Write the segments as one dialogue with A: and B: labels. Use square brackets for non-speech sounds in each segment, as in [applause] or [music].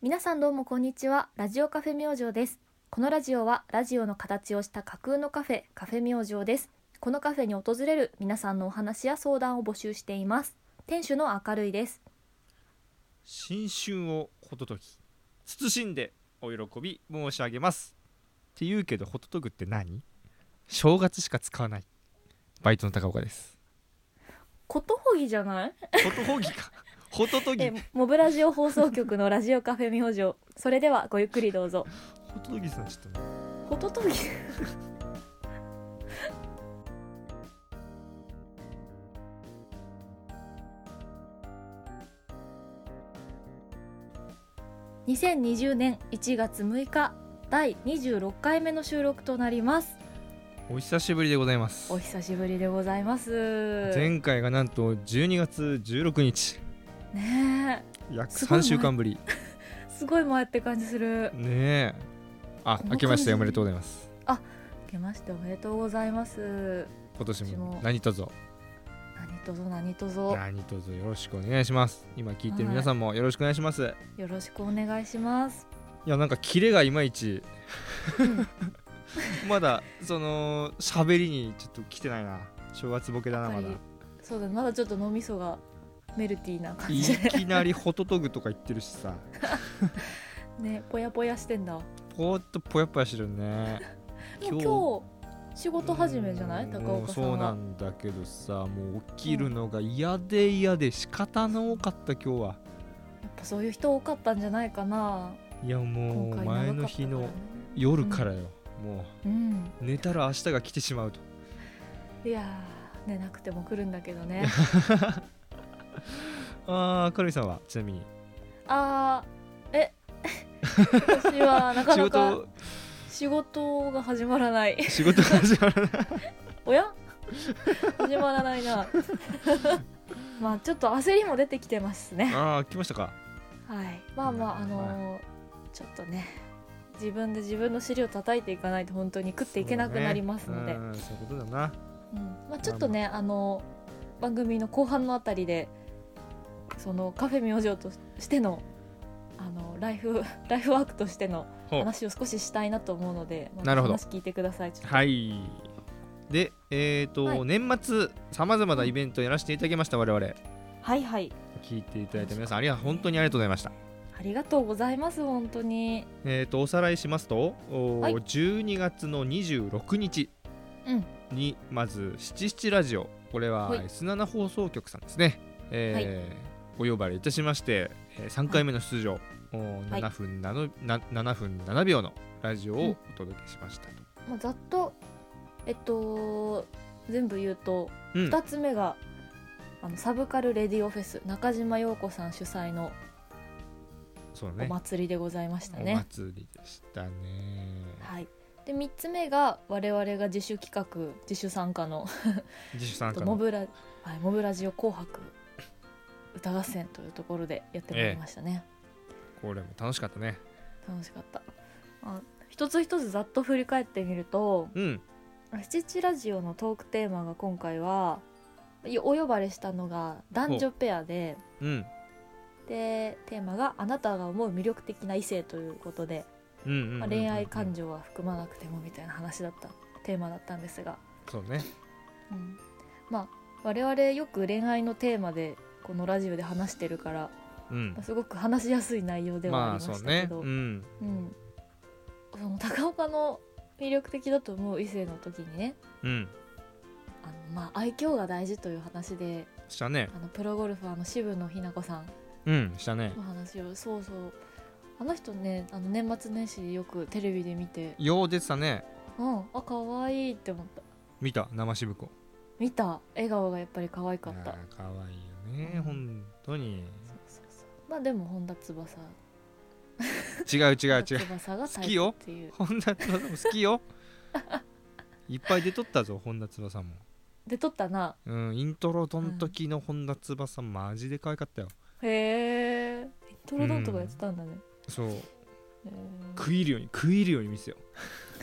A: 皆さんどうもこんにちはラジオカフェ明星ですこのラジオはラジオの形をした架空のカフェカフェ明星ですこのカフェに訪れる皆さんのお話や相談を募集しています店主の明るいです
B: 新春をほととき慎んでお喜び申し上げますって言うけどほととくって何正月しか使わないバイトの高岡です
A: ことほぎじゃない
B: ほとほぎか [laughs] ほととぎ
A: えモブラジオ放送局のラジオカフェ明星それではごゆっくりどうぞ
B: ほととぎさんちょっとね
A: ホトトギ2020年1月6日第26回目の収録となります
B: お久しぶりでございます
A: お久しぶりでございます
B: 前回がなんと12月16日
A: ね
B: 約
A: すごい前
B: 3週間 [laughs] ぶり
A: えすごい前って感じする
B: ねえあ
A: この
B: 明けまし
A: 感
B: て
A: じ
B: おめでとうございます
A: 明けましておめでとうございます
B: 今年
A: 私
B: も
A: も
B: 何卒
A: 何とぞ何とぞ
B: 何卒よろしくお願いします今聞いてる皆さんもよろしくお願いします、い、
A: よろしくお願いします
B: やなんかキレがいまいち
A: うん
B: [laughs] まだその喋りにちょっと来てないな正月ボケだ
A: や
B: な
A: っ
B: ま
A: ぱ
B: だ
A: りそうだねまだちょっと脳みそがメルティーな感
B: い
A: じで
B: きなりホトトグとか言ってるしさ
A: ねぽやぽやしてんだもう
B: ぽーっとぽやぽやしてるね
A: 今日仕事始めじゃない高岡さ
B: もうそうんな
A: は
B: んだけどさもう起きるのが嫌で嫌で仕方の多かった今日は
A: やっぱそういう人多かったんじゃないかない
B: やも
A: 今
B: う
A: 回長
B: 前
A: かっ
B: の
A: たか
B: 日
A: らね
B: の夜からよ、も
A: うん
B: う寝たら明日が来てしまうと
A: いやーねなくても来るんだけど
B: [laughs]
A: ね
B: あー明るいさんはちなみに
A: あーえ [laughs] 私はなか
B: 仕
A: なか
B: 事
A: 仕事が始まらない
B: 仕事が始まらない
A: お
B: [laughs]
A: や始まらない [laughs] なまあちょっと焦りも出てきてますね
B: ああ来ましたか
A: はい、まあまああのーちょっとね自分で自分の尻を叩いていかないと本当に食っていけなくなりますので、
B: そう,、うんそういうことだな
A: うんまあ、ちょっとね、あのー番組の後半のあたりでそのカフェ明星としてのあのライフ [laughs] ライフワークとしての
B: ほう
A: 話を少ししたいなと思うので、まあ
B: なるほど
A: 話聞いてくださいちょっと
B: はい。で、えっ、と、
A: はい
B: 年末さまざまなイベントをやらせていただきました我々。
A: はいはい
B: 聞いていただいた皆さんありが本当にありがとうございました。
A: ありがとうございます本当に
B: えっ、とおさらいしますと、おー
A: はい
B: 12月の26日
A: うん
B: にまず七七ラジオこれは
A: はい
B: S7 放送局さんですね。えーお呼ばれいたしまして、え3回目の出場、おー
A: はい
B: 7分 7, な7分7秒のラジオ
A: う
B: を
A: ん
B: お届けしましたと。
A: まあ、ざっとえっと全部言うと
B: うん
A: 2つ目があのサブカルレディオフェス中島陽子さん主催の
B: そうだ
A: お
B: ね。
A: 祭りでございました
B: お
A: ね。
B: 祭りでしたね。
A: はい、で3つ目が我々が自主企画自主参加の
B: 自主参加
A: モ
B: の
A: ブラ、はい、モブラジオ紅白歌合戦というところでやってもらいましたね。
B: これも楽しかったね
A: 楽しかった、まあ、一つ一つざっと振り返ってみると
B: うん
A: 七チラジオのトークテーマが今回はいお呼ばれしたのが男女ペアで。
B: うん
A: でテーマが「あなたが思う魅力的な異性」ということで、
B: うんうんうんうん
A: まあ、恋愛感情は含まなくてもみたいな話だったテーマだったんですが、
B: そうね
A: うん、まあ我々よく恋愛のテーマでこのラジオで話してるから、
B: うん
A: まあすごく話しやすい内容では
B: ま
A: あ
B: あ
A: りま
B: そ
A: し
B: う
A: たけ
B: ね
A: ど、
B: うん
A: うん、その高岡の魅力的だと思う異性の時にね
B: うん
A: あの、まあ、愛嬌が大事という話で
B: したね
A: あのプロゴルファーの渋野日向子さん
B: うんしたね
A: の話をそうそうあの人ねあの年末年始よくテレビで見て
B: よう出てたね
A: うんあ可愛いって思った
B: 見た生しぶこ
A: 見た笑顔がやっぱり可愛かった
B: いやー可愛いよね本
A: [laughs]
B: 当に
A: そうそうそうまあでも本田翼
B: 違う違
A: 本
B: う違う
A: 田翼が
B: 好きよ
A: っていう
B: 本田翼も好きよ [laughs] いっぱい出とったぞ本田翼も
A: で撮ったな
B: うんイントロドン時の本田翼マジで可愛かったよ
A: へえトロドンとかやってたんだね、
B: そ
A: へ
B: う
A: ー
B: 食い入るように食い入るように見せよ
A: [laughs]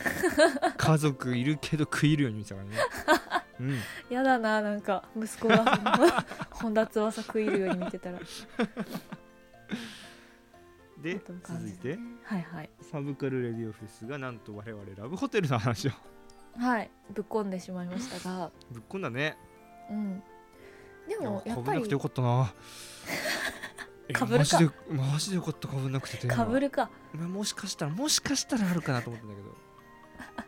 B: 家族いるけど食い入るように見せたからね、
A: やだななんか息子
B: [laughs]
A: がその本田翼食い入るように見てたらな
B: で
A: という感
B: 続い
A: じで
B: て
A: すねはいはい
B: サブカルレディオフェスがなんと我々ラブホテルの話を
A: はいぶっこんでしまいましたが
B: ぶっこんだね
A: うんで
B: いや
A: もや
B: か
A: っ
B: ぶ
A: ぱ
B: んな
A: り
B: くてよかっ
A: [laughs]
B: たないや
A: かぶるか
B: マジでマジでよかったかぶんなくてて
A: かぶるか
B: 今もしかしたらもしかしたらあるかなと思ったんだけど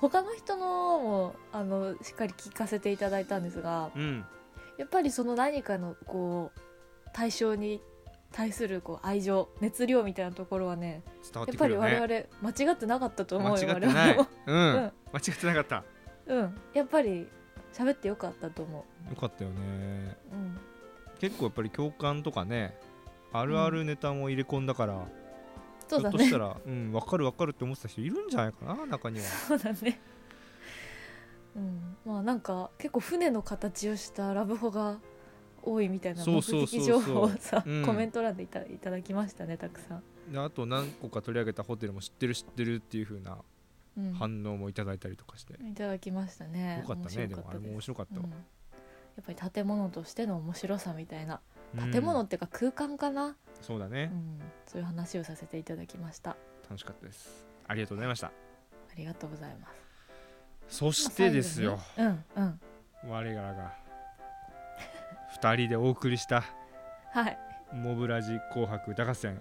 A: 他の人のもあのしっかり聞かせていただいたんですが
B: うん
A: やっぱりその何かのこう対象に対するこう愛情熱量みたいなところはね
B: 伝わっ
A: や
B: て
A: っ
B: く
A: ぱり
B: るよ
A: 我
B: ね
A: 々間違ってなかったと思うよ
B: 間違ってな
A: 我
B: い
A: 々も
B: うん、
A: うん
B: 間違ってなかったよ
A: [laughs] うんやっぱり喋ってよかったと思
B: かったよね
A: う、うん、
B: 結構やっぱり共感とかねあるあるネタも入れ込んだから、
A: そう
B: ひ
A: だ
B: ょっとし
A: ね
B: たら、うん、分かる分かるって思ってた人いるんじゃないかな中には
A: そうだね [laughs] うんまあなんか結構船の形をしたラブホが多いみたいな
B: そ
A: 目
B: うそうそう
A: 撃
B: そ
A: 情
B: う
A: 報をさ
B: うん
A: コメント欄でいたいただきましたねたくさん、
B: であと何個か取り上げたホテルも知ってる知ってるっていう風な
A: うん、
B: 反応もいただいたりとかして、
A: いただきましたね
B: よかったね
A: 面
B: で
A: 白
B: もあれも面
A: です
B: 白かった
A: う
B: わ
A: ん、やっぱり建物としての面白さみたいな
B: うん
A: 建物っていうか空間かな、
B: そう
A: う
B: だね
A: んそういう話をさせていただきましたあ
B: 楽しかったですありがとうございました
A: りがとうございます
B: そしてですよ、
A: 最後にうんうん
B: 我らが2人でお送りした
A: はい
B: 「モブラジ紅白歌合戦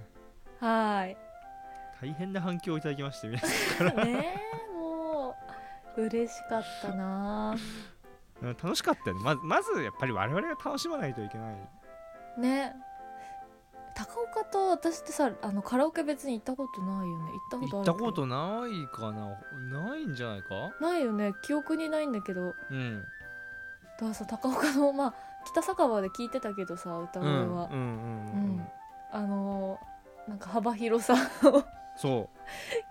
A: は
B: [laughs]
A: ーい」
B: 大変な反響をいただきまして皆さ
A: ねえもう嬉しかったな
B: ん [laughs] うん楽しかったよねまずまずやっぱり我々が楽しまないといけない
A: ね高岡と私ってさあのカラオケ別に行ったことないよね行ったこと
B: 行
A: あ
B: っ
A: る
B: たことないかなないんじゃないか
A: ないよね記憶にないんだけど
B: うん
A: だからさ高岡のまあ北酒場で聞いてたけどさ歌
B: う
A: 声
B: ん
A: は、
B: うんうんうん、
A: うんあのーなんか幅広さ [laughs] を
B: そ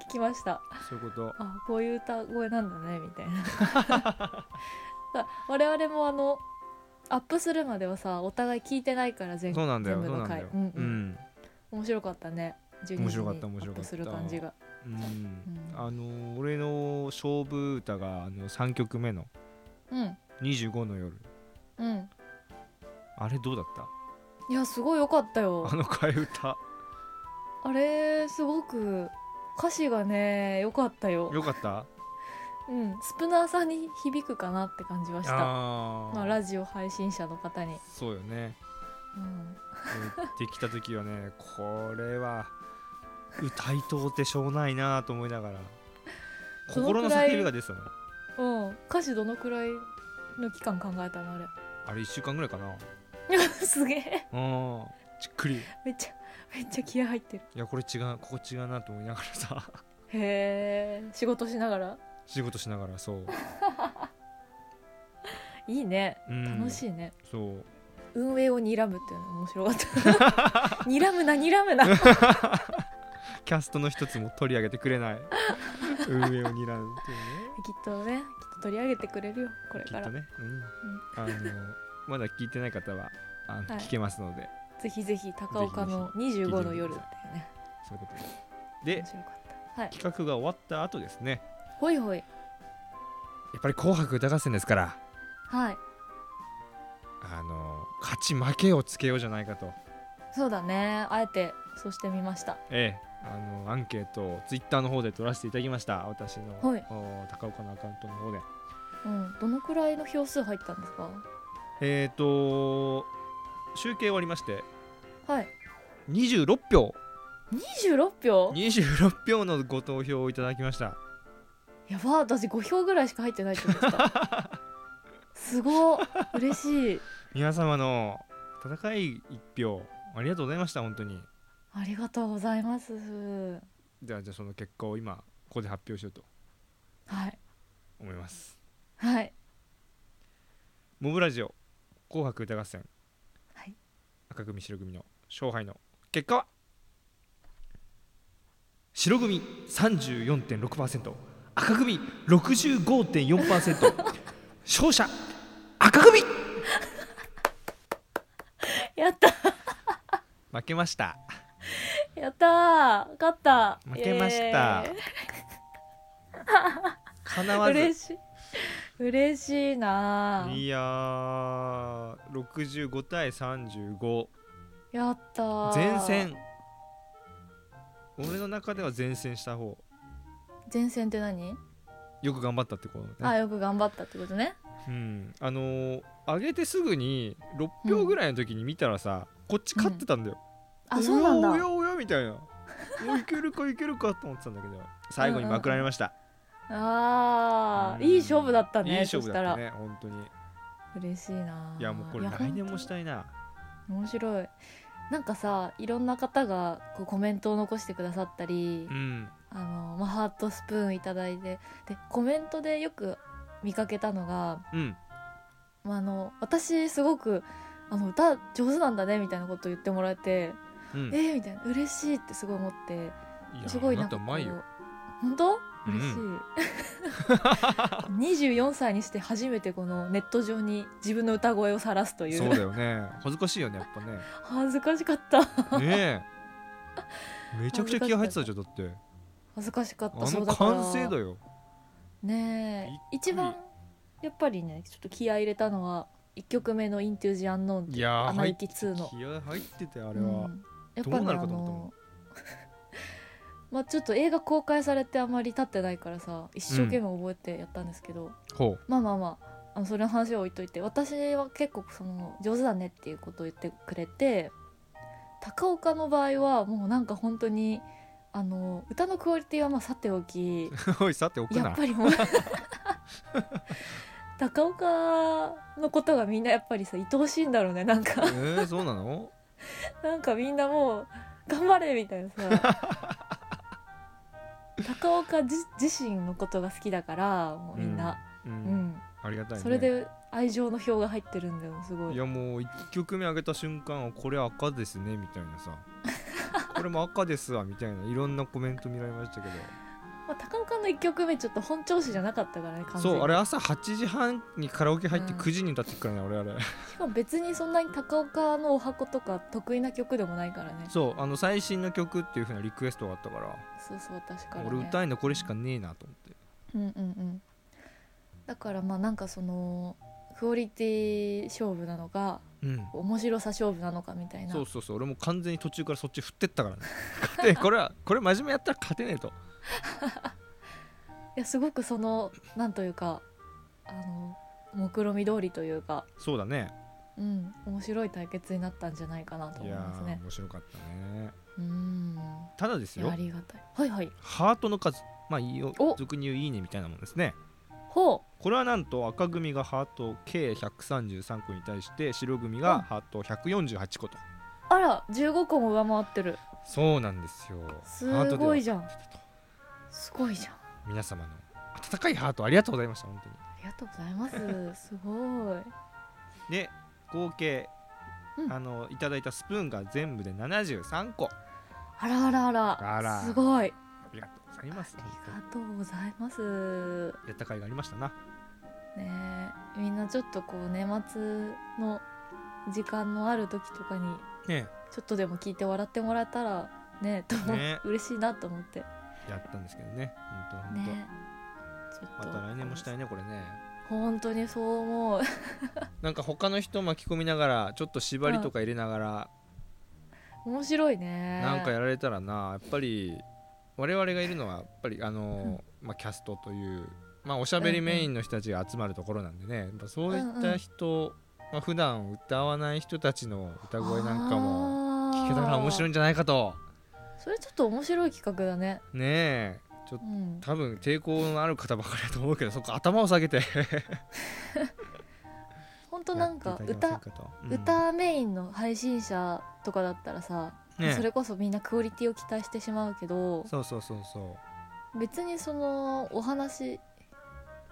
A: 聞きました
B: うそういうこと
A: あこういう歌声なんだねみたいな
B: [laughs]
A: だ我々もあのアップするまではさお互い聞いてないから全
B: そうなんだよ
A: 全
B: そ
A: 部
B: う
A: の
B: なん
A: 回
B: だよ
A: う
B: うんん、
A: うん面白かったね12
B: 面白かっ
A: 時
B: た
A: に
B: 面白かった
A: アップする感じが
B: うん
A: うん
B: あの俺の勝負歌があの3曲目の
A: うん
B: 「25の夜
A: うん」
B: あれどうだった
A: いやすごい良かったよ
B: あの替え歌
A: あれすごく歌詞がね良かったよ、
B: よかった
A: うん、スプナーさんに響くかなって感じはした
B: あー
A: まあ、ラジオ配信者の方に、
B: そうよね
A: うん、
B: できた時はねこれは歌いとうてしょうないなと思いながら
A: どのくらい
B: 心の叫びが出てたの
A: うん、歌詞どのくらいの期間考えたのあれ
B: あれ1週間ぐらいかな
A: [laughs] すげえ
B: うんじっくりい
A: めっちゃめっちゃ気合入ってる
B: やこれ違うここ違うなと思いながらさ
A: へえ仕事しながら
B: 仕事しなが
A: [laughs]
B: らそう、
A: いいね
B: うん、
A: 楽し
B: い
A: いね、
B: そう
A: 運営を睨むっていうの面白
B: [laughs]
A: かった睨むな睨むな
B: キャストの一つも取り上げてく
A: [laughs]
B: れない運営を担うっていうね
A: きっとねきっと取り上げてくれるよこれ
B: き
A: か
B: っ
A: ら、
B: とね、うん、あのまだ聞いてない方はあの、
A: はい
B: 聞けますので
A: ぜひぜひ高岡の25の夜っていうね
B: そういうこと
A: 面
B: でで
A: 白かったはい
B: 企画が終わった後ですね
A: ほいほい
B: やっぱり「紅白歌合戦」ですから
A: はい
B: あの勝ち負けをつけようじゃないかと、
A: そうだねあえてそうしてみました
B: ええ、あのアンケートをツイッターの方で取らせていただきました私の、
A: はい
B: お高岡のアカウントの方で
A: うんどのくらいの票数入ったんですか
B: えっ、と集計終わりまして
A: はい
B: 26票
A: 26票
B: 26票のご投票をいただきました
A: やば私5票ぐらいしか入ってないと思ってた
B: [laughs]
A: すごい嬉しい
B: 皆様の戦い1票ありがとうございました本当に
A: ありがとうございます
B: ではじゃあその結果を今ここで発表しようと
A: はい
B: 思います
A: はい
B: モブラジオ紅白歌合戦、
A: はい
B: 赤組白組の勝敗の結果は白組34.6%赤組65.4%勝者赤組
A: やった
B: 負けました
A: やったー勝った
B: 負けました
A: イエ
B: 叶
A: ーイ
B: わず
A: 嬉しい嬉しいない
B: やー65対35
A: やったー
B: 前線俺の中では前線した方
A: 前線って何、
B: よく頑張ったってことね
A: あよく頑張ったってことね
B: うん、あのー上げてすぐに6票ぐらいの時に見たらさ、こっち勝ってたんだよ、
A: あそうなんだ
B: おやおやおやみたいなおいけるかいけるかと思ってたんだけど最後にまくられました、
A: あー
B: うん
A: いい勝負だったね
B: いい勝負
A: そし
B: だ
A: た
B: った
A: ら
B: ね本当に
A: 嬉しいない
B: やもうこれ
A: い
B: 来年もしたいな
A: 面白いなんかさいろんな方がこうコメントを残してくださったり
B: うん
A: あの、まあ、ハートスプーンいただいてでコメントでよく見かけたのが、
B: うん
A: まあ、あの私すごくあの歌上手なんだねみたいなことを言ってもらえて、
B: うん
A: えー、みたいな嬉しいってすごい思って
B: いや
A: すごい
B: あ
A: な
B: なんた
A: かこ
B: う
A: う
B: まいよ
A: 本当
B: うん [laughs]
A: 嬉しい、24歳にして初めてこのネット上に自分の歌声を晒すとい
B: そう
A: う
B: だよね恥ずかしいよねやっぱね
A: 恥ずかしかった
B: [laughs] ねえめちゃくちゃ気合入ってたじゃんだって
A: 恥ずかしかった
B: あ
A: そう
B: の
A: だから
B: 完成度よ
A: ねえ
B: びっくり
A: 一番やっぱりねちょっと気合い入れたのは1曲目の「イントゥージアンノーン」
B: いや
A: ア
B: ー
A: ナ
B: 入っ
A: 雪2の
B: 気合入っててあ
A: あ
B: れは、
A: やっ
B: ど
A: ぱ
B: う
A: り
B: な
A: あ
B: るかと思ったもん
A: の [laughs] まあちょっと映画公開されてあんまり経ってないからさ一生懸命覚えてやったんですけど、
B: ほう
A: まあまあまああのそれの話は置いといて私は結構その上手だねっていうことを言ってくれて高岡の場合はもうなんか本当にあの歌のクオリティはまあさておき
B: [laughs] おいさておく
A: や
B: な
A: っぱりもう [laughs] 高岡のことがみんなやっぱりさ愛おしいんだろうねなんか [laughs]
B: えー、そうなの
A: なんかみんなもう頑張れみたいな
B: [laughs]
A: さ高岡自自身のことが好きだからもうみんな、
B: うん、
A: う
B: うんんありがたいね
A: それで愛情の票が入ってるんだよすごい
B: いやもう1曲目上げた瞬間あこれ赤ですねみたいな [laughs] さこれも赤ですわみたいないろんなコメント見られましたけ
A: まあ、高岡の1曲目ちょっと本調子じゃなかったからね
B: ど
A: 完全に
B: そうあれ朝8時半にカラオケ入って
A: うん
B: 9時に歌ってくからね、俺あ [laughs] れ
A: しかも別にそんなに高岡のお箱とか得意な曲でもないからね
B: そうあの最新の曲っていう風なリクエストがあったから
A: そうそう確かに、ね、
B: 俺歌えんのこれしかねえなと思って
A: うんうんうんだからまあなんかそのクオリティ勝負なのか
B: うん
A: 面白さ勝負なのかみたいな
B: そうそうそう俺も完全に途中からそっち振ってったからね勝
A: [laughs]
B: てねえこれはこれ真面目やったら勝てねえと
A: いやすごくそのなんというかあの目論見通りというか、
B: そうだね
A: うん、面白い対決になったんじゃないかなと
B: い
A: 思い
B: や
A: ます
B: ー
A: ね。
B: 面白かったね
A: うん
B: ただです
A: いや
B: よ
A: ありがたい。はいはい。
B: ハートの数まあいいよ
A: お
B: 俗に言ういいねみたいなもんですね
A: ほ
B: これはなんと赤組がハート計133個に対して白組がハート148個と、
A: うあら15個も上回ってる。
B: そうなんですよ
A: す
B: ハートで
A: ご
B: はい
A: じゃん。すごいじゃん。あ
B: 皆様の温かいハートありがとうございました本当に
A: りがとうございます。すごい。
B: で合計、
A: うん
B: あのいただいたスプーンが全部で73個あ
A: あらあらあら。
B: あら
A: すごい。
B: りがとうござい
A: あり
B: ます
A: がとうございます。
B: やったかいがありましたな
A: ねえみんなちょっとこう年末の時間のある時とかに
B: ね
A: ちょっとでも聞いて笑ってもらえたらねと思う
B: ね
A: 嬉しいなと思ってね
B: やったんですけどね本当本
A: ちょっ
B: 当、
A: と
B: また来年もしたい
A: い
B: ねこれね
A: 本当にそう思う [laughs]
B: なんか他の人巻き込みながらちょっと縛りとか入れながら、
A: 面白いね
B: なんかやられたらなやっぱり我々がいるのはやっぱりあの、まあ、キャストという、まあ、おしゃべりメインの人たちが集まるところなんでね、やっぱそういった人、まあ、普段歌わない人たちの歌声なんかも聞けたら面白
A: い
B: いんじゃないかと
A: それちょっと面白い企画だね
B: ねえちょっと
A: うん
B: 多分抵抗のある方ばかりだと思うけどそこ頭を下げて
A: 本当なん
B: やっ
A: か
B: ていただ
A: 歌
B: けませんかとうん
A: 歌メインの配信者とかだったらさ、
B: ね
A: それこそみんなクオリティを期待してしまうけど
B: そうそうそうそう
A: 別にそのお話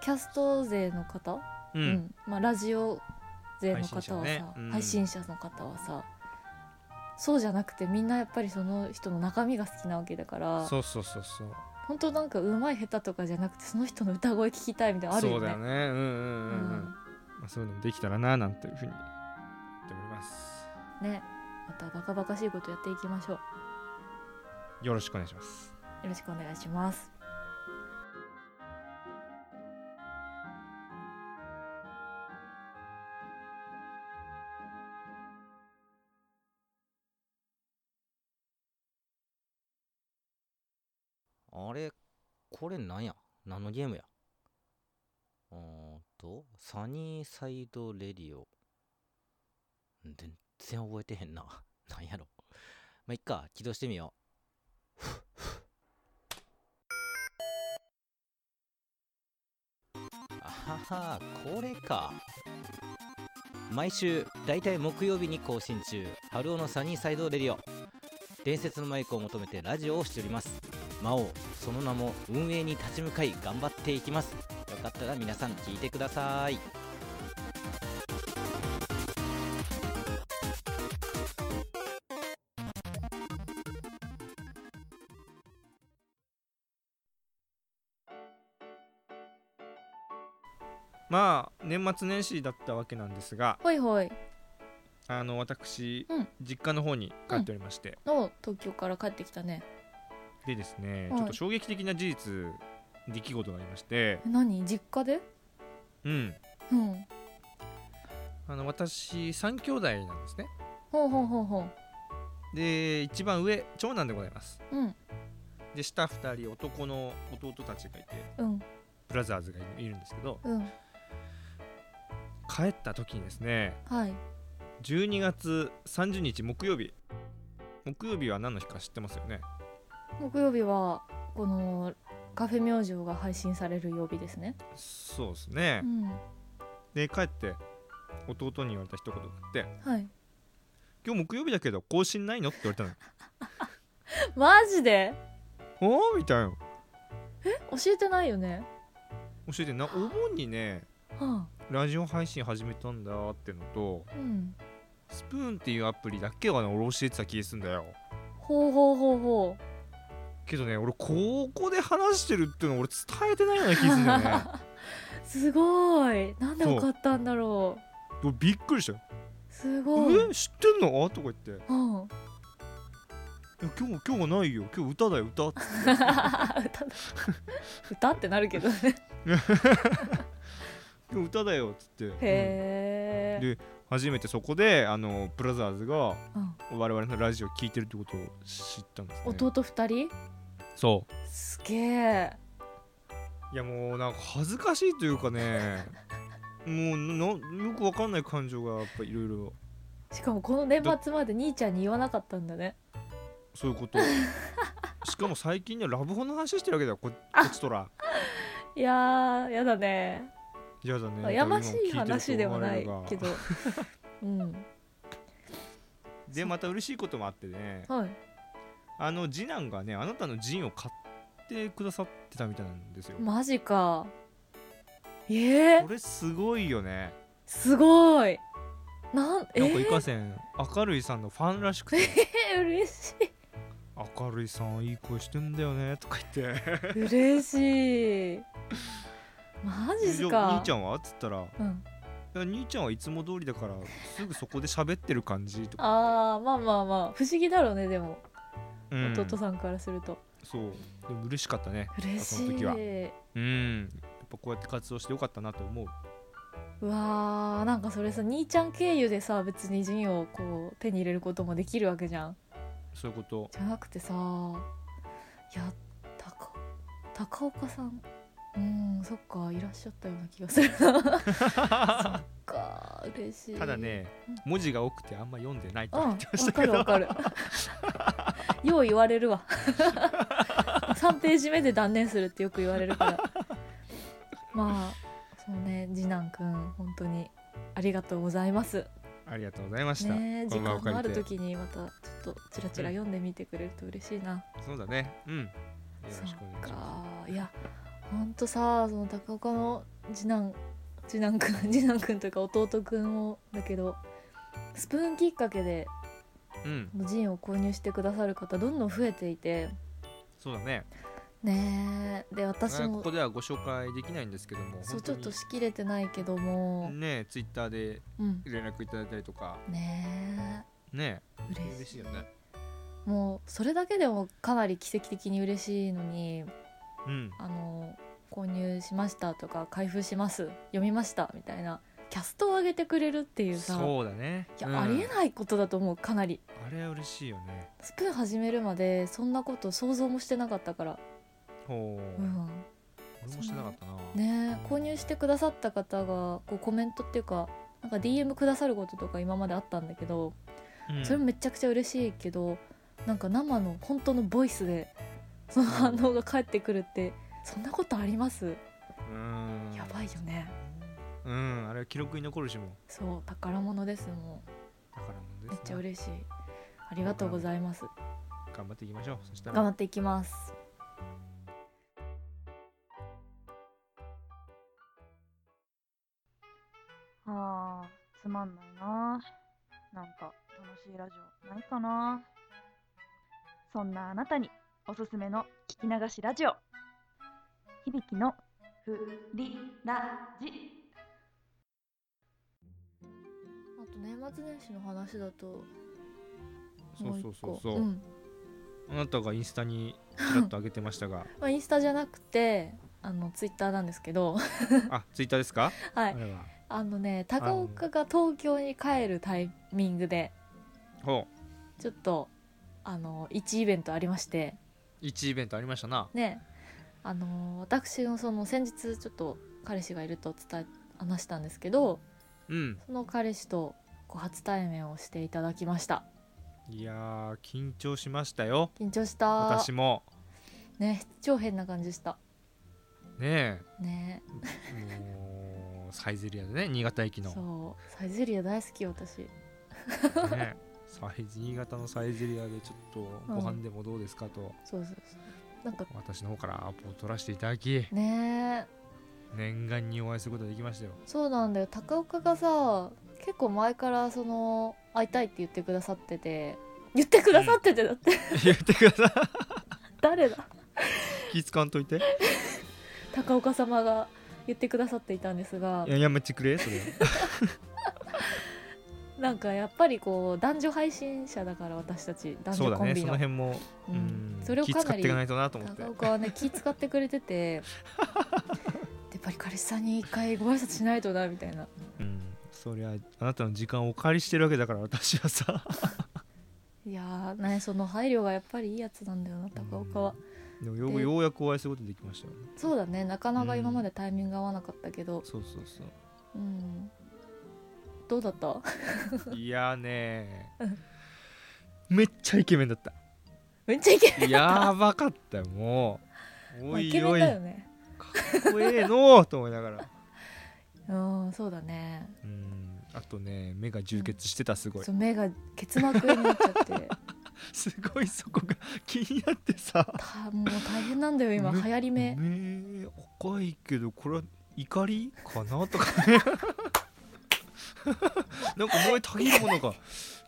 A: キャスト勢の方、
B: う、
A: うんまあ、ラジオ勢の方は
B: 配信
A: さ
B: 者ねうん
A: 配信者の方はさそうじゃなくてみんなやっぱりその人の中身が好きなわけだから
B: そうそうそうそう
A: 本当なんか上手い下手とかじゃなくてその人の歌声聞きたいみたいなのある
B: そ
A: よ
B: うだよ
A: ね。
B: ねうんう
A: う
B: んうんうん、うん
A: ん
B: まあ、そういうのもできたらななんていうふうに思っております
A: ねまたバカバカしいことやっていきましょう。よ
B: よろしくお願いします
A: ろしくお願いします。
C: あれこれなんや何のゲームやうーんとサニーサイドレディオ全然覚えてへんな [laughs] なんやろまあいっか起動してみようあははこれか毎週大体木曜日に更新中春尾のサニーサイドレディオ伝説のマイクを求めてラジオをしております魔王その名も運営に立ち向かい頑張っていきますよかったら皆さん聞いてください
B: まあ年末年始だったわけなんですが
A: ほいほい
B: あの私、
A: うん
B: 実家の方に帰っておりまして、
A: の東京から帰ってきたね
B: でですね、
A: はい
B: ちょっと衝撃的な事実出来事がありまして、
A: え何実家で
B: うん、
A: うん
B: あの私3兄弟なんですね
A: ほうほうほうほう
B: で一番上長男でございます
A: うん
B: で下2人男の弟たちがいて
A: うん
B: ブラザーズがいるんですけど
A: うん
B: 帰った時にですね
A: はい
B: 12月30日木曜日木曜日は何の日か知ってますよね
A: 木曜日はこのカフェ明星が配信される曜日ですね
B: そうですね
A: う、ん
B: で帰って弟に言われた一言があって
A: はい
B: 「今日木曜日だけど更新ないの?」って言われた
A: [laughs]
B: の
A: マジで
B: 「
A: [laughs]
B: おお」みたいな
A: 教えてないよね
B: 教えてなお盆にね
A: は
B: ラジオ配信始めたんだってのと
A: あうん
B: スプーンっていうアプリだけはね俺教えてた気がするんだよ
A: ほうほうほうほう
B: けどね俺ここで話してるっていうの俺伝えてないような気がするんだよ
A: [laughs]
B: ね
A: すごいなんでわかったんだろう
B: 俺びっくりしたよ
A: す
B: 「
A: ごい
B: え知ってんの?」とか言ってい
A: うん
B: や「今日今日はないよ今日歌だよ歌」って
A: 歌だ [laughs] 歌ってなるけどね
B: 「今日歌だよ」っつ
A: [laughs]
B: ってうん
A: へえ
B: で初めてそこであのブラザーズが
A: うん
B: 我々のラジオ聞いてるってことを知ったんですね
A: 弟二人
B: そ
A: すげえ
B: ういやもうなんか恥ずかしいというかね [laughs] もうなよくわかんない感情がやっぱいろいろ
A: しかもこの年末まで兄ちゃんに言わなかったんだね
B: そういうこと
A: [laughs]
B: しかも最近にはラブホの話してるわけだよここっちとら
A: いやーやだね
B: 嫌だね
A: やましい
B: 多分今聞
A: 話
B: て
A: で
B: ると
A: も
B: 思わ
A: な
B: れ
A: い
B: るが
A: けど [laughs] うん
B: でまた嬉しいこともあってね
A: はい
B: あの次男がねあなたのジンを買ってくださってたみたいなんですよ
A: マジかえー
B: こ、れすごいよね
A: すごいなんえ
B: なんか
A: ー、
B: いかせん明るいさんのファンらしくて
A: 嬉し
B: 明るいさんいい声してんだよねとか言って
A: い嬉しいマジっす
B: じゃあ
A: か
B: 兄ちゃんはっつったらい
A: うん、
B: や兄ちゃんはいつも通りだからすぐそこで喋ってる感じとか、
A: あーまあまあまあ不思議だろうねでも、
B: うん、
A: 弟さんからすると
B: そうでも嬉しかったね
A: 嬉し
B: その
A: い
B: 時は
A: う
B: うんやっぱこうやって活動してよかったなと思う
A: わーなんかそれさ兄ちゃん経由でさ別に陣をこう手に入れることもできるわけじゃん
B: そういうこと
A: じゃなくてさいや高高岡さんうんそっかいらっしゃったような気がする
B: [laughs]
A: なそっか嬉しい
B: ただね
A: うん
B: 文字が多くてあんま読んでないと
A: うん
B: 言
A: わ
B: ってました
A: か
B: け
A: る
B: ど、
A: わかるよう言われるわ3ページ目で断念するってよく言われるからまあそうね次男くん本当にありがとうございます
B: ありがとうございました、
A: ね時
B: こ場
A: 間
B: を借
A: のある
B: りて
A: 時にまたちょっとチラチラ読んでみてくれると嬉しいな、
B: そうだねうんよろ
A: そ
B: しくお願
A: う
B: いしま
A: かいやほんとさその高岡の次男次男くん [laughs] 次男くんというか弟くんをだけどスプーンきっかけです
B: うん
A: ジンを購入してくださる方どんどん増えていて
B: そうだね
A: ねえで
B: な
A: 私
B: かなかこ
A: も
B: こではご紹介できないんですけども
A: そう
B: 本
A: ち
B: 当
A: ょっ
B: に
A: としきれてないけども、
B: ねツイッターで
A: うん
B: 連絡いただいたりとか
A: ね
B: ね
A: え嬉しい
B: 嬉しいよね
A: もうそれだけでもかなり奇跡的に嬉しいのに
B: うん
A: あの購入しましたとか開封します読みましたみたいなキャストを上げてくれるっていうさ
B: そうだね
A: いや、
B: うん
A: ありえないことだと思うかなり
B: あれは嬉しいよね
A: スプーン始めるまでそんなこと想像もしてなかったから
B: ほう、
A: うん、
B: 俺もしてなかったな、
A: ねえ購入してくださった方がこうコメントっていうかなんか DM くださることとか今まであったんだけど、
B: うん
A: それもめちゃくちゃ嬉しいけどなんか生の本当のボイスでその反応が返ってくるってそんなことあります
B: うん
A: やばいよね
B: うんあれは記録に残るしもう
A: そう宝物ですも
B: だからもう
A: う
B: です
A: めっちゃ
B: ね
A: 嬉しいありがとうございます
B: 頑張っていきましょうそしたら
A: 頑張っていきます
D: ああ、つまんないな。なんか楽しいラジオないかな。そんなあなたにおすすめの聞き流しラジオ。響きのふりラジ。
A: あと年末年始の話だと
B: そ
A: も
B: う
A: 一
B: そう
A: 個
B: そうそう、
A: ん
B: あなたがインスタにちらっと上げてまし
A: [laughs]
B: たが
A: まあ、インスタじゃなくてあのツイッターなんですけど [laughs]
B: あツイッターですか
A: は
B: あ
A: い
B: れは
A: あのね高岡が東京に帰るタイミングで
B: ほう
A: ちょっとあの一イベントありまして
B: 一イベントありましたな
A: ねあの私のその先日ちょっと彼氏がいると伝え話したんですけど
B: うん
A: その彼氏とこう初対面をしていただきました
B: いやー緊張しましたよ
A: 緊張した
B: 私も
A: ね超変な感じした
B: ね
A: ね
B: えもうサイゼリアでね新潟駅の、
A: そうサイゼリア大好きよ私
B: ね、サイ新潟のサイゼリアでちょっとご飯でもどうですかと、
A: そうそうそうなんか
B: 私の方からアポを取らせていただき
A: ね
B: 念願にお会いすることができましたよ [laughs]
A: そうなんだよ高岡がさ結構前からその会いたいって言ってくださってて言ってくださっててだって、
B: 言ってください
A: 誰だ
B: 気使わんといて
A: 高岡様が言ってくださっていたんですが
B: いややめてくれそれ
A: なんかやっぱりこう男女配信者だから私たち男
B: そう
A: 女
B: だ
A: コン
B: ね
A: ビ
B: その
A: の
B: 辺も、
A: う
B: うんん、
A: それを
B: 気
A: か
B: 使
A: な
B: って
A: り
B: いかないとなと思って
A: 高岡はね気使ってくれて
B: [laughs]
A: てやっぱり彼氏さんに一回ご挨拶しないとなみたいな
B: うんそりゃあなたの時間をお借りしてるわけだから私
A: [laughs]
B: はさ
A: いやーねその配慮がやっぱりいいやつなんだよな高岡は、
B: うんでもよ
A: で
B: うようやくお会いすることできましたよ
A: そうだねなかなか今までタイミング合わなかったけど
B: そうそうそ
A: うんどうだった [laughs]
B: ういやねめっちゃイケメンだった
A: めっちゃイケ
B: [laughs] やばかったよもう
A: メン
B: お
A: イケ
B: い
A: メ
B: お
A: ン
B: い
A: だよ
B: か
A: ね
B: っこええのうと思いながら
A: うんそうだね
B: うんあとね目が充血してたすごい
A: そう目が結膜炎になっちゃって
B: すごいそこが気になってさ
A: たもう大変なんだよ今流
B: む
A: 行り目
B: ねえ赤いけどこれは怒りかなとかねなんか燃えたぎるものが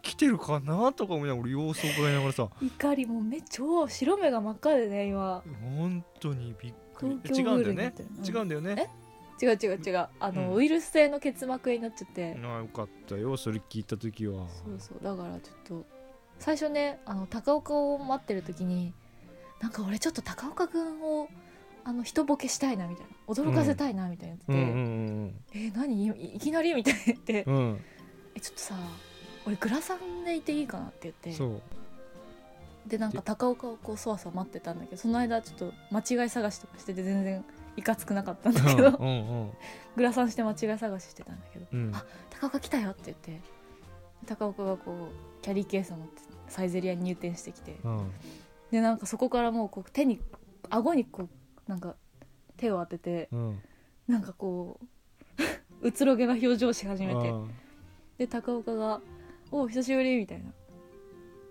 B: 来てるかなとか思いながら俺様子を伺いながらさ
A: 怒りもう目超白目が真っ赤でね今
B: 本当にびっくり
A: 東
B: 違
A: 京
B: う
A: ブルー
B: んだよ
A: になっ
B: ね
A: てる
B: 違うんだよね
A: 違う違う違うあの、
B: うん
A: ウイルス性の結膜炎になっちゃって、
B: あよかったよそれ聞いた時は
A: そうそうだからちょっと最初ねあの高岡を待ってる時になんか俺ちょっと高岡くんをあの人ボケしたいなみたいな驚かせたいなみたいなやつで、
B: うんうん
A: えー何いいきなりみたいな言って
B: うんうん
A: えちょっとさ俺グラサンでいていいかなって言って
B: そう
A: でなんか高岡をこうそわそわ待ってたんだけどその間ちょっと間違い探しとかしてて全然いかつくなかったんだけ
B: うん
A: ど
B: うん
A: [laughs] グラサンして間違い探ししてたんだけど
B: うん
A: あ高岡来たよって言って高岡がこうキャリーケースを持ってサイゼリアに入店してきて
B: うん
A: でなんかそこからもうこう手に顎にこうなんか手を当てて
B: うん
A: なんかこ [laughs] ううつろげな表情をし始めて
B: あ
A: で高岡が「おお久しぶり」みたいな。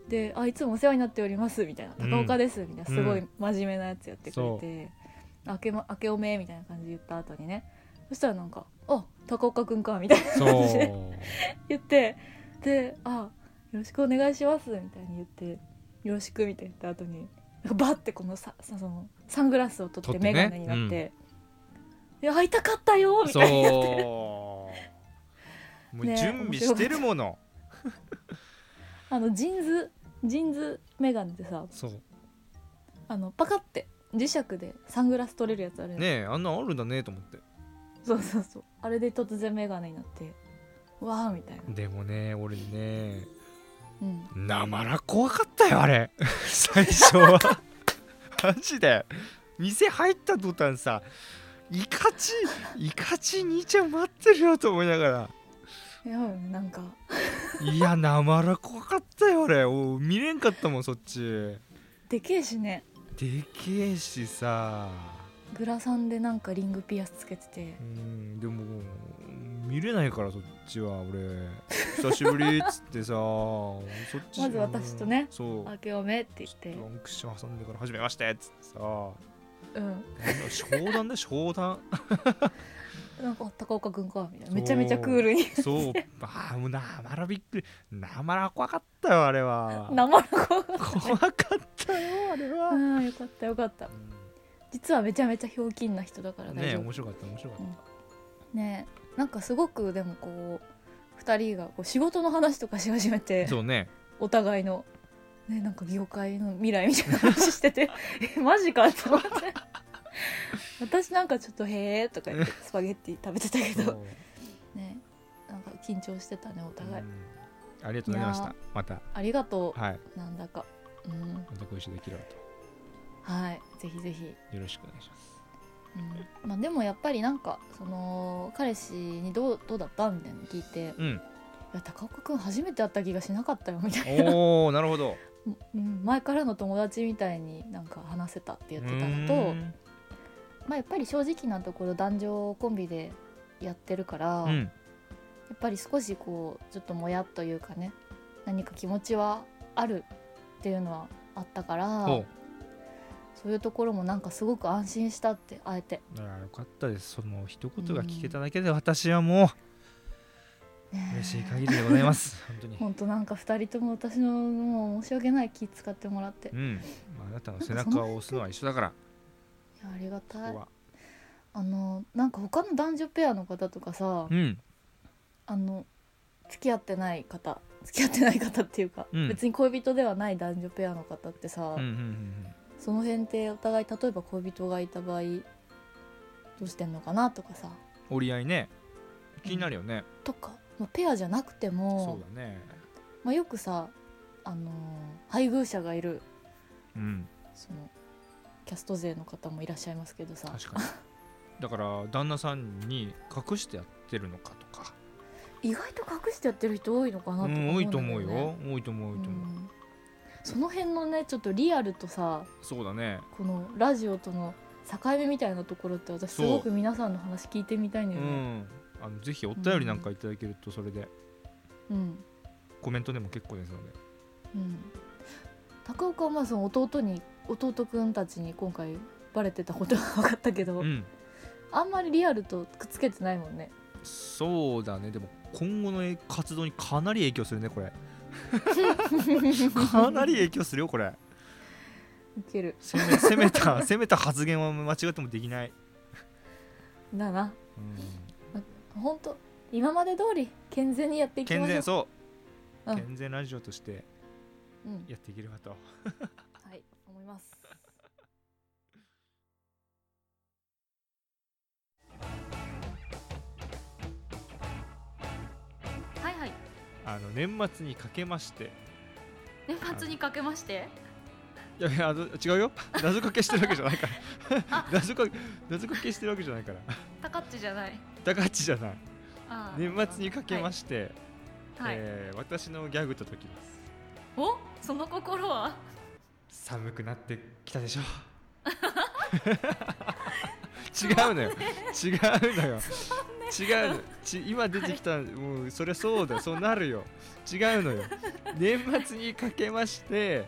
A: であいつもお世話になっておりますみたいな「
B: うん
A: 高岡です」みたいなすご
B: う
A: い真面目なやつやってくれて「明けま明けおめ」みたいな感じで言った後にねそしたらなんか「あ高岡くんか」みたいな [laughs]
B: そ
A: 感じで
B: う
A: 言ってで「あよろしくお願いします」みたいに言って「よろしく」みたいに言った後になんかバッてこのささそのサングラスを取って
B: 取
A: 眼
B: ってね
A: 鏡になって「いや会いたかったよ」みたいな
B: そうもう
A: ね
B: 準備してるもの
A: [laughs] あのジーンズジーンズ眼鏡でさ
B: そう
A: あのパカって磁石でサングラス取れるやつあるよ
B: ねえあんなんあるんだねと思って
A: そうそうそうあれで突然眼鏡になってわーみたいな
B: でもね俺ね
A: うん
B: なまら怖かったよあれ最初はマジで店入った途端さイカチイカチ兄ちゃん待ってるよと思いながら
A: いやなんか
B: いや生ら怖かったよ俺おう見れんかったもんそっちで
A: でけえしね
B: けえしさ
A: グラサンでなんかリングピアスつけてて
B: うんでも見れないからそっちは俺久しぶりっつって [laughs] さそっち
A: まず私とね
B: そう
A: 明けおめって言って
B: ワンクッション挟んでから始めましてっつってさ
A: うん
B: なんだ商談ね
A: [laughs]
B: 商談
A: なんかあ高岡君かみたいなめちゃめちゃクールに
B: そうああもう生らびっくり生ら怖かったよあれは
A: 生の子が
B: 怖かったよあれは、
A: あーよかったよかった実はめちゃめちゃひょうきんな人だから
B: うん
A: 大
B: ね
A: 丈夫
B: 面白かった面白かっ
A: ねえなんかすごくでもこう2人がこう仕事の話とかし始めて
B: たそうね
A: お互いの、ね、なんか業界の未来みたいな話して
B: [laughs]
A: てえマジかと思って私なんかちょっと「へえ」とか言ってスパゲッティ食べてたけ
B: そ
A: ど
B: う
A: ねなんか緊張してたねお互い、
B: うんありがとうございまし
A: い
B: た
A: や
B: また
A: ありがとう、
B: はい
A: なんだかうん
B: またご一緒できればと
A: はいぜひぜひ、
B: よろしくお願いします
A: うんまあ、でもやっぱりなんかその彼氏にどうどうだったみたいなの聞いて
B: うん
A: 「いや高岡君初めて会った気がしなかったよ」みたいな
B: おおなるほど
A: うん前からの友達みたいになんか話せたって言ってたの
B: う
A: と
B: ーん
A: まあ、やっぱり正直なところ男女コンビでやってるから、
B: う
A: や
B: ん
A: っぱり少しこうちょっともやっというかね何か気持ちはあるっていうのはあったから
B: おう
A: そういうところもなんかすごく安心したってあえて
B: いやよかったですその一言が聞けただけで私はもう嬉しい限りでございます本当
A: [laughs]
B: に
A: 本当なんか2人とも私のもう申し訳ない気使ってもらってい
B: うんまああなたの背中を押すのは一緒だから
A: やありが
B: こ
A: たい
B: こは
A: あのなんか他の男女ペアの方とかさ
B: うん
A: あの付き合ってない方付き合ってない方っていうか、
B: うん
A: 別に恋人ではない男女ペアの方ってさ、
B: うんうんうん
A: その辺ってお互い例えば恋人がいた場合どうしてんのかなとかさ
B: うん折り合いね気になるよね
A: とか、まあ、ペアじゃなくて
B: そ
A: も
B: う、だね
A: まあ、よくさ、あのー配偶者がいる
B: うん
A: そのキャスト勢の方もいらっしゃいますけどさ
B: 確かにだから旦那さんに隠してやってるのかとか
A: 意外と隠してやってる人多いのかなと
B: う
A: か
B: ん多いと思う
A: だけど
B: よ
A: ね
B: 多いと思う多いと思う
A: うんその辺のねちょっとリアルとさ
B: そうだね
A: このラジオとの境目みたいなところって私す
B: そう
A: ごく皆さんの話聞いてみたいん
B: う
A: だよね。
B: んあのぜひお便りなんかいただけるとそれで
A: うん
B: コメントでも結構ですので
A: うん、高岡はまあその弟に弟くんたちに今回バレてたことが分かったけど、
B: うん
A: あんまりリアルとくっつけてないもんね
B: そうだねでも今後のえ活動にかなり影響するね
A: [laughs]
B: これかなり影響するよこれ
A: いける
B: 攻め攻
A: [laughs]
B: めた攻めた発言は間違ってもできない、
A: だな
B: うん、
A: 本当今まで通り健全にやっていき
B: 健
A: ましょ
B: 全
A: う
B: そう、
A: うん
B: 健全ラジオとして
A: うん、
B: やっていければと
A: はい思いますはいはい
B: あの年末にかけまして
A: 年
B: 末
A: にかけまして
B: いやいやあの違うよ [laughs] 謎かけしてるわけじゃないから [laughs] 謎かけ謎かけしてるわけじゃないから
A: タカッチじゃない
B: 高橋じゃない
A: あー
B: 年末にかけま
A: し
B: して、
A: たはい
B: えー私のギャグと解きます
A: おその心は
B: 寒くなってきたでし [laughs] ょ違うのよ違うのよ違うのち今出てきた、もうそれそうだそうなるよ違うのよ年末にかけまして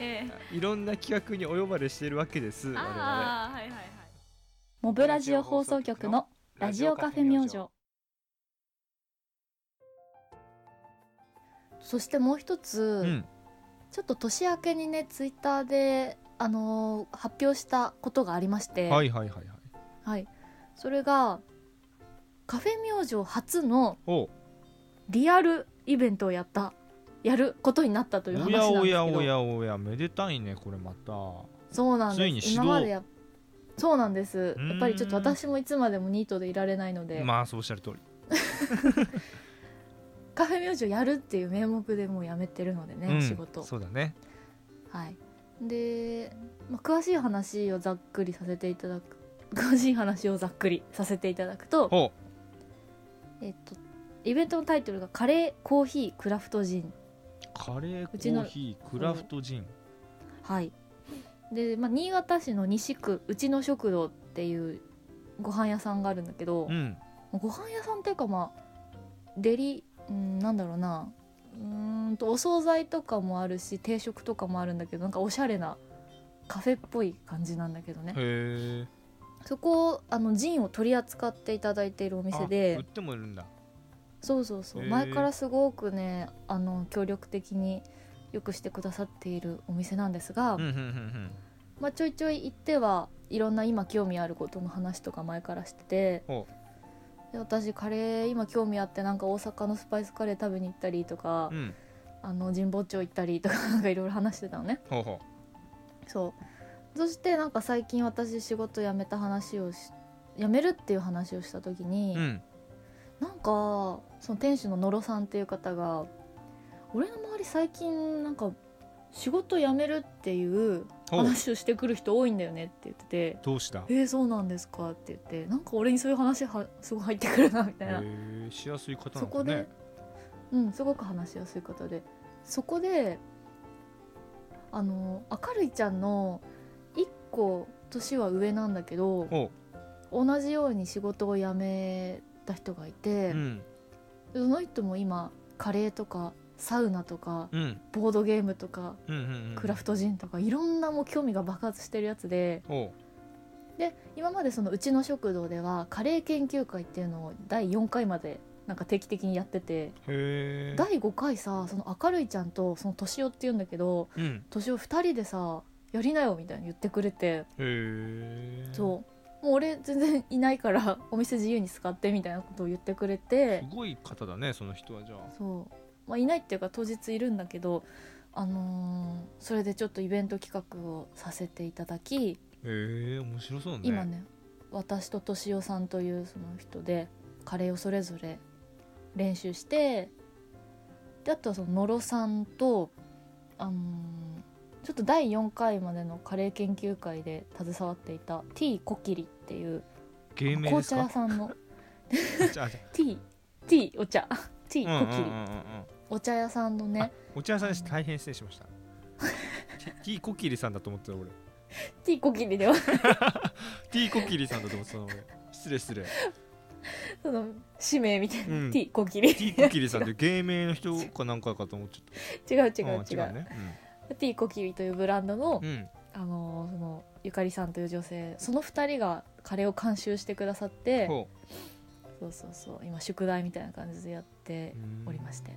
E: ええ
B: いろんな企画にお呼ばれしてるわけです我々
E: ああはいはいはい
A: モブラジオ放送局のラジオカフェ明星そしてもう一つ、
B: うん
A: ちょっと年明けにねツイッターで、あのー発表したことがありまして、
B: はいはいはいはい
A: はいそれがカフェ明星初の
B: おう
A: リアルイベントをやったやることになったという
B: お
A: 話な
B: や
A: んです
B: お
A: けど
B: やおやおやめでたいねこれまた
A: そうなんです
B: ついに始動
A: 今までやそうなんです
B: ーん
A: やっぱりちょっと私もいつまでもニートでいられないので、
B: まあそうおっしゃる通り
A: カフェ明星やるっていう名目でもうやめてるのでね、
B: うん
A: 仕事
B: そうだね
A: はいでまあ、詳しい話をざっくりさせていただく詳しい話をざっくりさせていただくと、
B: ほう
A: えっと、イベントのタイトルが「カレーコーヒークラフトジン
B: カレーコ
A: うちの
B: ーヒークラフトジン」
A: はいで、まあ、新潟市の西区うちの食堂っていうご飯屋さんがあるんだけど、
B: うん
A: ご飯屋さんっていうかまあデリうんなんだろうなうーんとお惣菜とかもあるし定食とかもあるんだけどなんかおしゃれなカフェっぽい感じなんだけどね
B: へえ
A: そこあのジンを取り扱っていただいているお店
B: 売っ
A: で
B: てもいるんだ
A: そうそうそう
B: へー
A: 前からすごくねあの協力的によくしてくださっているお店なんですが、
B: うんうんうんうん
A: まあ、ちょいちょい行ってはいろんな今興味あることの話とか前からしてて
B: ほ
A: で私カレー今興味あってなんか大阪のスパイスカレー食べに行ったりとか、
B: うん
A: あの神保町行ったりとか [laughs] なんかいろいろ話してたのね
B: ほうほ
A: そうそしてなんか最近私仕事辞めた話をし辞めるっていう話をした時に、
B: ううん
A: なんかその店主の野呂さんっていう方が俺の周り最近なんか仕事辞めるっていう
B: ほう
A: 話をしてくる人多いんだよねって言ってて
B: どうした
A: 「えー、そうなんですか」って言ってなんか俺にそういう話はすごい入ってくるなみたいな、
B: へえしやすい方な
A: そ
B: のか
A: こで
B: ね
A: うんすごく話しやすい方でそこであの明るいちゃんの1個年は上なんだけど
B: ほ
A: 同じように仕事を辞めた人がいて。
B: ううん
A: その人も今カレーとかサウナとか
B: うん
A: ボードゲームとか
B: うんうんうん
A: クラフトジンとかいろんなもう興味が爆発してるやつで
B: ほ
A: で今までそのうちの食堂ではカレー研究会っていうのを第4回までなんか定期的にやってて
B: うへえ
A: 第5回さその明るいちゃんとその年っていうんだけど
B: うん
A: 年を2人でさやりなよみたいに言ってくれて
B: へえ
A: そう。もう俺全然いないからお店自由に使ってみたいなことを言ってくれて
B: すごい方だねその人はじゃあ
A: そう、まあ、いないっていうか当日いるんだけど、あのーそれでちょっとイベント企画をさせていただき、
B: へえ面白そうね
A: 今ね私と敏夫さんというその人でカレーをそれぞれ練習してであとはその野呂さんと、あのーちょっと第4回までのカレー研究会で携わっていた T コキリっていう
B: 芸名で
A: 紅
B: す
A: 茶屋
B: か
A: さんの
B: [laughs] じゃあ
A: [laughs]
B: じゃ
A: T, T お茶 [laughs] T コ
B: あうん
A: キリ
B: うんうんうんうん
A: お茶屋さんのね
B: お茶屋さんです大変失礼しましたティティーコキリさんだと思ってた俺
A: T コキリでは
B: ティーコキリさんだと思ってたの俺失礼失礼
A: その氏名みたいな、
B: うん
A: T コキリ
B: ティーコキリさんって芸名の人かなんかかと思っち
A: [laughs]
B: ゃっ
A: 違う違う
B: た
A: 違う,、
B: んね
A: T コキリというブランドの,、
B: うんうん
A: あのーそのゆかりさんという女性その2人がカレーを監修してくださって
B: ほ
A: そうそうそう今宿題みたいな感じでやって
B: ううん
A: おりまして、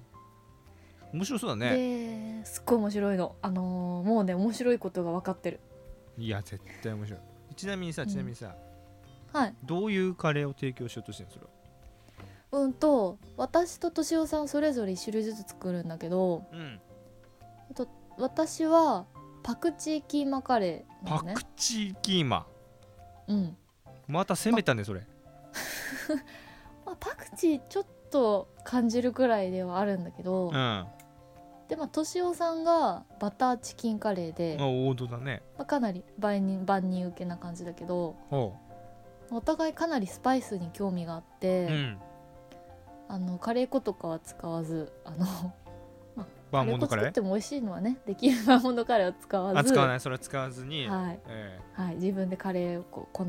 B: 面白そうだね
A: ですっごい面白いの、あのーもうね面白いことが分かってる
B: いや絶対面白いちなみにさ
A: うん
B: ちなみにさ
A: はい
B: どういうカレーを提供しようとしてるのそれは
A: うんと私と敏夫さんそれぞれ1種類ずつ作るんだけど
B: うん
A: 私はパクチーキーマカレーな
B: パ
A: のね
B: クチーキーマ
A: うん
B: また攻めたねそれ
A: まあ、パクチーちょっと感じるくらいではあるんだけど、
B: うん
A: でまあ敏夫さんがバターチキンカレーで、
B: まあ王道だね
A: まあ、かなり万人万人受けな感じだけど
B: ほ
A: お互いかなりスパイスに興味があっ
B: うう
A: て、
B: ん
A: あのカレー粉とかは使わずあ
B: [laughs]
A: の
B: バーモンドカレ
A: 作っ
B: ー
A: ても美味しいのはねできるバーモンドカレーを使わず
B: あ使わないそれは使わずに
A: はい
B: え
A: はい、自分でカレーをこう粉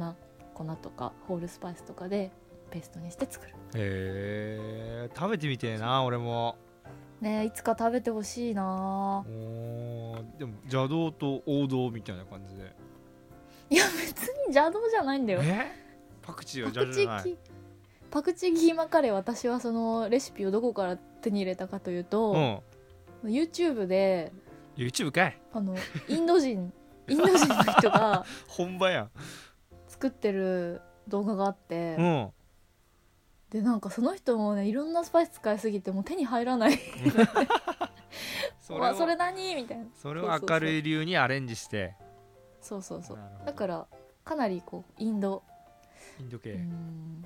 A: 粉とかホールスパイスとかでペーストにして作る
B: えへえ食べてみてえな俺も
A: ねえいつか食べてほしいなあ
B: おーでも邪道と王道みたいな感じで
A: いや別に邪道じゃないんだよ
B: えパクチーは
A: パ
B: 邪
A: ク
B: 道じ
A: チ
B: ゃな
A: ー
B: い
A: キパクチーキーマカレー私はそのレシピをどこから手に入れたかという
B: う
A: と、
B: ん
A: YouTube で
B: YouTube かい
A: あのインド人
B: [laughs]
A: インド人の人が
B: 本場やん
A: 作ってる動画があって、
B: うん
A: でなんかその人もねいろんなスパイス使いすぎてもう手に入らないそ
B: そ
A: [laughs]
B: れ
A: れ
B: を
A: それ何みたいな
B: それを明るい理由にアレンジして
A: そうそうそう
B: なるほど
A: だからかなりこうインド
B: インド系、
A: うん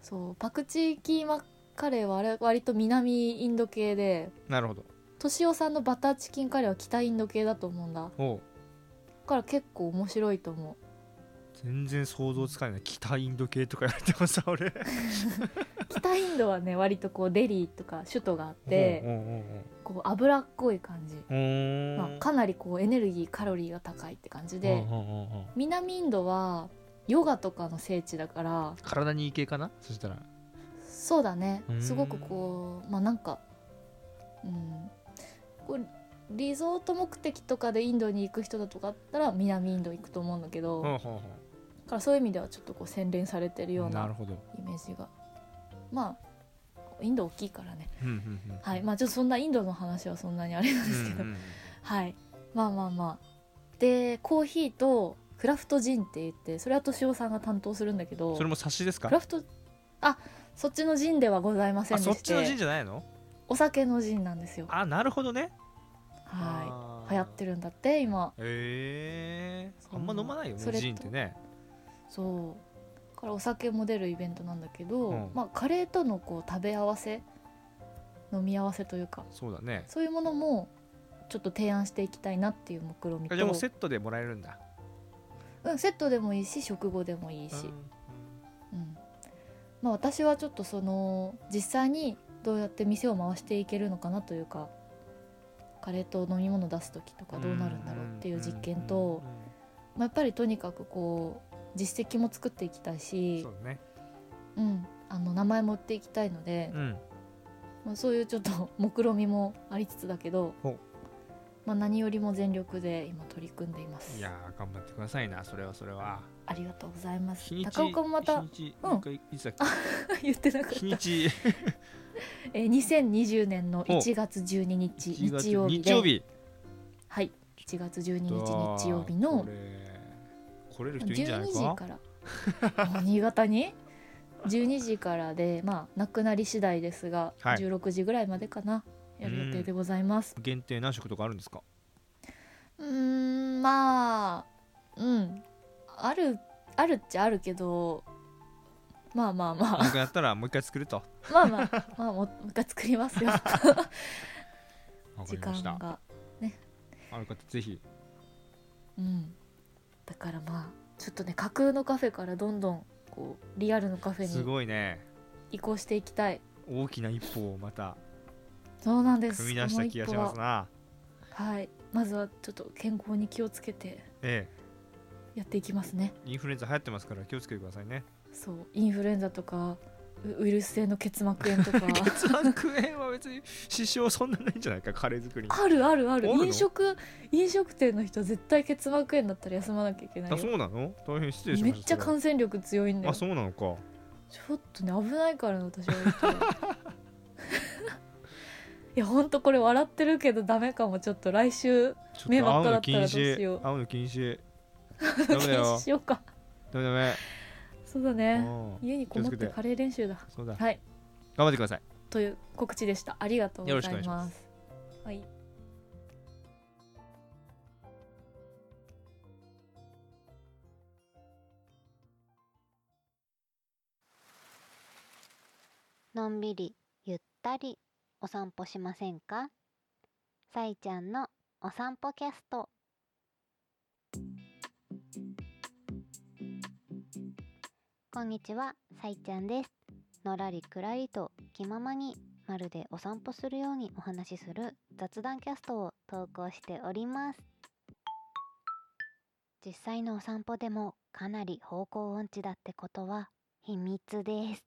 A: そうパクチーキーマカレーはあれ割と南インド系で
B: なるほど
A: 敏夫さんのバターチキンカレーは北インド系だと思うんだ
B: おう
A: から結構面白いと思
B: 全然想像つかないな北インド系とか言われてもさ俺
A: う北インドはね割とこうデリーとか首都があって
B: うんうんうん
A: こう脂っこい感じ、
B: うん
A: まあ、かなりこうエネルギーカロリーが高いって感じで、
B: うんうんうんうん
A: 南インドはヨガとかの聖地だから
B: 体にいい系かなそしたら
A: そうだね
B: うん
A: すごくこうまあなんかうんこうリゾート目的とかでインドに行く人だとかだったら南インド行くと思うんだけど、
B: うんう
A: だ
B: んうん
A: からそういう意味ではちょっとこう洗練されてるよう
B: な
A: な
B: るほど、
A: イメージがまあインド大きいからね
B: うんうんうん
A: はいまあちょっとそんなインドの話はそんなにあれなんですけど、
B: うんうん
A: はいまあまあまあでコーヒーとクラフトジンって言ってそれは敏夫さんが担当するんだけど
B: それも冊子ですか
A: クラフトあそっちのジンではございません
B: あ
A: で
B: そっ
A: し
B: ちの陣
A: て
B: じゃないの
A: お酒のジンなんですよ
B: あなるほどね
A: は
B: あ
A: い
B: ー
A: 流行ってるんだって今
B: へえあんま飲まないよ
A: そ
B: ね
A: れと
B: ジンってね
A: そうだからお酒も出るイベントなんだけど、
B: うん
A: まあカレーとのこう食べ合わせ飲み合わせというか
B: そうだね
A: そういうものもちょっと提案していきたいなっていう目論見と
B: あじゃあもうセットでもらえるんだ
A: うん、セットでもいいし食後でもいいし、
B: うん
A: うんまあ、私はちょっとその実際にどうやって店を回していけるのかなというかカレーと飲み物出す時とかどうなるんだろうっていう実験と
B: う、ん
A: まあ、やっぱりとにかくこう実績も作っていきたいし
B: そ、うだね
A: うん、あの名前も売っていきたいので、
B: うん
A: まあ、そういうちょっと目論見もありつつだけど
B: ほう、
A: まあ、何よりも全力で今取り組んでいます
B: いやー頑張ってくださいなそれはそれは
A: ありがとうございます
B: 日にち
A: 高岡もまた
B: 日にち
A: うん
B: なんかいつだっけ
A: [laughs] 言ってなかっ
B: 日
A: た
B: にち
A: えー2020年の1月12日
B: [laughs] 1月
A: 日曜日で
B: 日曜日
A: はい1月12日
B: ちょっと
A: 日曜日の
B: これ来れる人いいんじゃな
A: 12
B: い
A: 時
B: か
A: からあ新潟に12時からでまあなくなり次第ですが、
B: はい
A: 16時ぐらいまでかなやる予定でございます
B: 限定何食とかあるんですか
A: うーんまあうんあるあるっちゃあるけどまあまあま
B: もう
A: あ
B: 一回やったらもう一回作ると
A: まあまあまあもうもう一回作り
B: [laughs]
A: ますよ
B: わか
A: 時
B: りま
A: 間
B: した
A: が
B: ある方ぜひ
A: うん、だからまあちょっとね架空のカフェからどんどんこうリアルのカフェ
B: す
A: に
B: ごいね
A: 移行していきたい
B: 大きな一歩をまた
A: そうなんです
B: 踏み出した気がします
A: この
B: な
A: 一歩ははいまずはちょっと健康に気をつけて
B: え
A: やっていきますね
B: えインフルエンザ流行ってますから気をつけてくださいね
A: そうインフルエンザとかウウイルス性の結膜炎
B: [laughs]
A: とか
B: 血膜炎は別に支障そんなないんじゃないかカレー作りに
A: あるあるある
B: あるの
A: 飲食飲食店の人は絶対結膜炎だったら休まなきゃいけない
B: あ
A: よ
B: そうなの大変失礼し
A: め
B: ま
A: っ
B: し
A: ちゃ
B: たそれ
A: 感染力強いんだよ
B: あ
A: ち
B: そうなのか
A: ょっとね危 [laughs] ないからね私は言ったらいやほんとこれ笑ってるけどダメかもちょっと来週
B: ちょっ
A: 迷
B: と会
A: 惑
B: う
A: だ
B: の
A: った
B: 禁
A: らどうしよ
B: 止
A: う
B: 会うの禁止ダメだ
A: [laughs]
B: よ
A: しようか
B: ダメダメ
A: そうだ
B: う
A: ね
B: ん
A: 家にこもっ
B: 気をつけ
A: て
B: て
A: カレー練習だ
B: そうだ
A: はい
B: 頑張ってください
A: という告知でしたありがとうござ
B: よろ
A: い
B: しくお願
A: ま
B: いします
A: はい
E: のんびりゆったりお散歩しませんかさいちゃんのお散歩キャストこんにちはさいちゃんですのらりくらりと気ままにまるでお散歩するようにお話しする雑談キャストを投稿しております実際のお散歩でもかなり方向音痴だってことは秘密です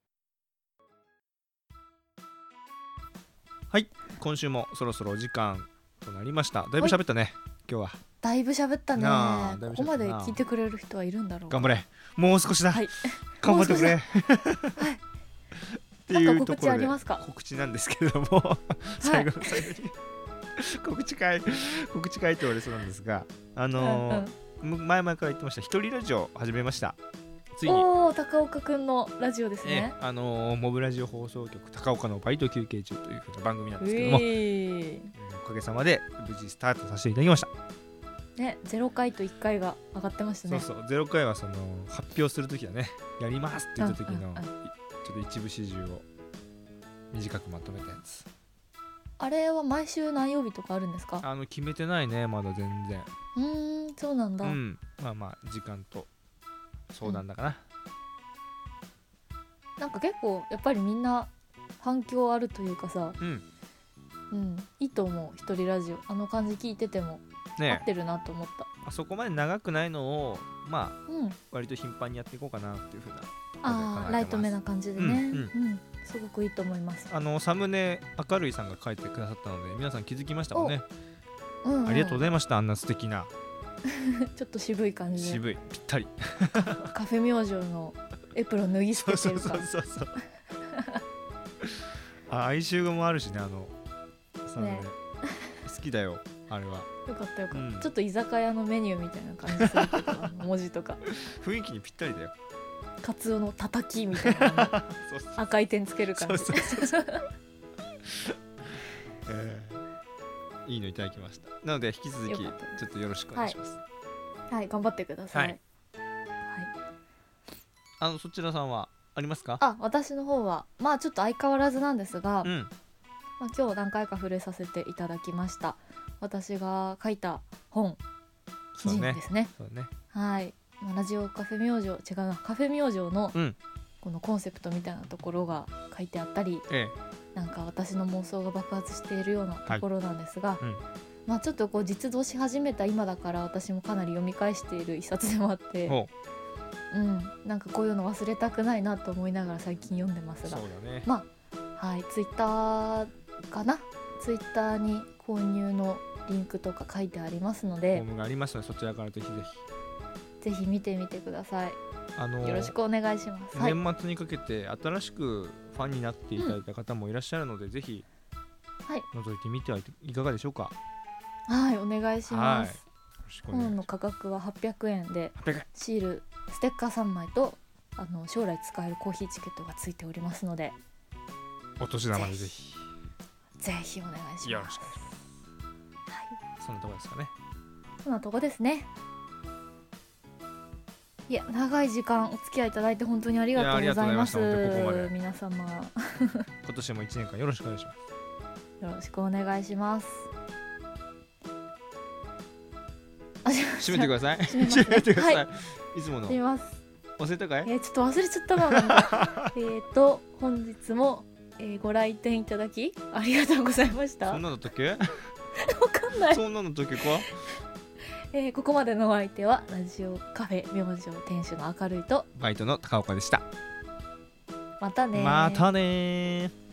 B: 今週もそろそろお時間となりましただいぶ喋ったね今日は
A: だいぶ喋ったね
B: なあだいぶ喋ったな
A: ここまで聞いてくれる人はいるんだろう
B: 頑張れもう少しだ、
A: はい
B: 頑張ってくれ、
A: もだはい
B: [laughs] っていう
A: なんか告
B: とこ
A: 知あ
B: ろで
A: りますか
B: 告知なんですけれども最後の最後に、告知会告知会と言われそうなんですがあのーむ前々から言ってました一人ラジオ始めましたついに、
A: おおー高岡くんのラジオです
B: え
A: ね
B: えあのーモブラジオ放送局高岡のバイト休憩中というふうな番組なん
A: う
B: ですけども、
A: え
B: うんおかげさまで無事スタートさせていただきました
A: ーねゼロ回と一回が上がってました
B: そう
A: ね
B: そうゼロ回はその発表するときだねやりますって言った時の、
A: うんうんうん
B: いちょっと一部始終を短くまとめたやつ
A: あれは毎週何曜日とかあるんですか
B: あの決めてないねまだ全然
A: うーんそうなん
B: う
A: だ、
B: んまあまあ時間と相談だかな、
A: なんか結構やっぱりみんな反響あるというかさ、
B: うん
A: うん、いいと思う一人ラジオあの感じ聞いてても合
B: ね
A: ってるなと思った、
B: あそこまで長くないのをまあ
A: うん、
B: 割と頻繁にやっていこうかなっていうふうな
A: あーライト目な感じでね、
B: う
A: うんんすごくいいと思います、
B: あのサムネ明るいさんが書いてくださったので皆さん気づきましたかね
A: うん
B: ありがとう
A: ね
B: ございましたあんな素敵な
A: ちょっと渋い感じで
B: 渋いぴったり
A: カフェ明星のエプロン脱ぎ捨
B: そう
A: て
B: そ
A: て
B: う
A: る
B: そ
A: か
B: うそうそう
A: [laughs]
B: あ哀愁もあるしねあのサムネ、
A: ね
B: 好きだよあれは
A: よかったよかった、
B: うん
A: ちょっと居酒屋のメニューみたいな感じするけどあの文字とか
B: 雰囲気にぴったりだよ
A: カツオのたたきみたいなあ
B: そうそう
A: の赤い点つける感じ
B: そうえーいいのいただきましたなので引き続きち
A: よ
B: ょ
A: かったです
B: っとよろしくお願いします、
A: はい頑張ってください、
B: は
A: はいい
B: あのそちらさんはありますか
A: あ私の方はまあちょっと相変わらずなんですが、
B: うん
A: まあ、今日何回か触れさせていただきました私が書いた本「
B: そう
A: 人」
B: ね
A: ですね
B: そうね
A: はい、まあ、ラジオカフェ明星違うなカフェ明星の
B: うん
A: このコンセプトみたいなところが書いてあったり
B: え
A: なんか私の妄想が爆発しているようなところなんですが、
B: うん
A: まあ、ちょっとこう実動し始めた今だから私もかなり読み返している一冊でもあって、
B: えおう
A: うん、なんかこういうの忘れたくないなと思いながら最近読んでます
B: そ
A: が
B: うだね
A: まあはいツイッターかなツイッターに購入のリンクとか書いてありますの
B: フォー
A: で、
B: ムがありましたのでそちらからぜひぜ
A: ぜひ見てみてください
B: ひあのー
A: よろしくお願いします、はい、
B: 年末にかけて新しくファンになっていただいた方もいらっしゃるので、ぜひ
A: はい
B: 覗いてみてはいかがでしょうか。よ
A: はいお願いしま
B: は
A: す
B: ろしくお願いし
A: 本
B: ま。
A: の価格は800円です
B: 800円
A: シールステッカー3枚とあの将来使えるコーヒーチケットがついておりますので
B: お年玉にぜひ
A: ぜひお願いし
B: よろ
A: ま
B: し
A: す
B: くお願いしま
A: はい
B: す。そんなところですかね。
A: そんなとこですねいや長い時間お付き合いいただいて本当にありがとうございます
B: いやありがとうございま
A: 皆様
B: 今年も一年間よろしくお願いします。
A: よろしくお願いします。あ、し
B: 締めてください。
A: 閉めますね
B: 締めてください。、
A: はい
B: つもの
A: みます。
B: 忘れたかい？
A: えーちょっと忘れちゃったな。なん
B: [laughs]
A: かえっと、本日も、えーご来店いただき、ありがとうございました。
B: そ
A: わ
B: んなの時計？
A: かんない。
B: そんなの時計か？
A: えーここまでのお相手は、ラジオカフェ明星店主の明るいと、
B: バイトの高岡でした。
A: またねー
B: またねー。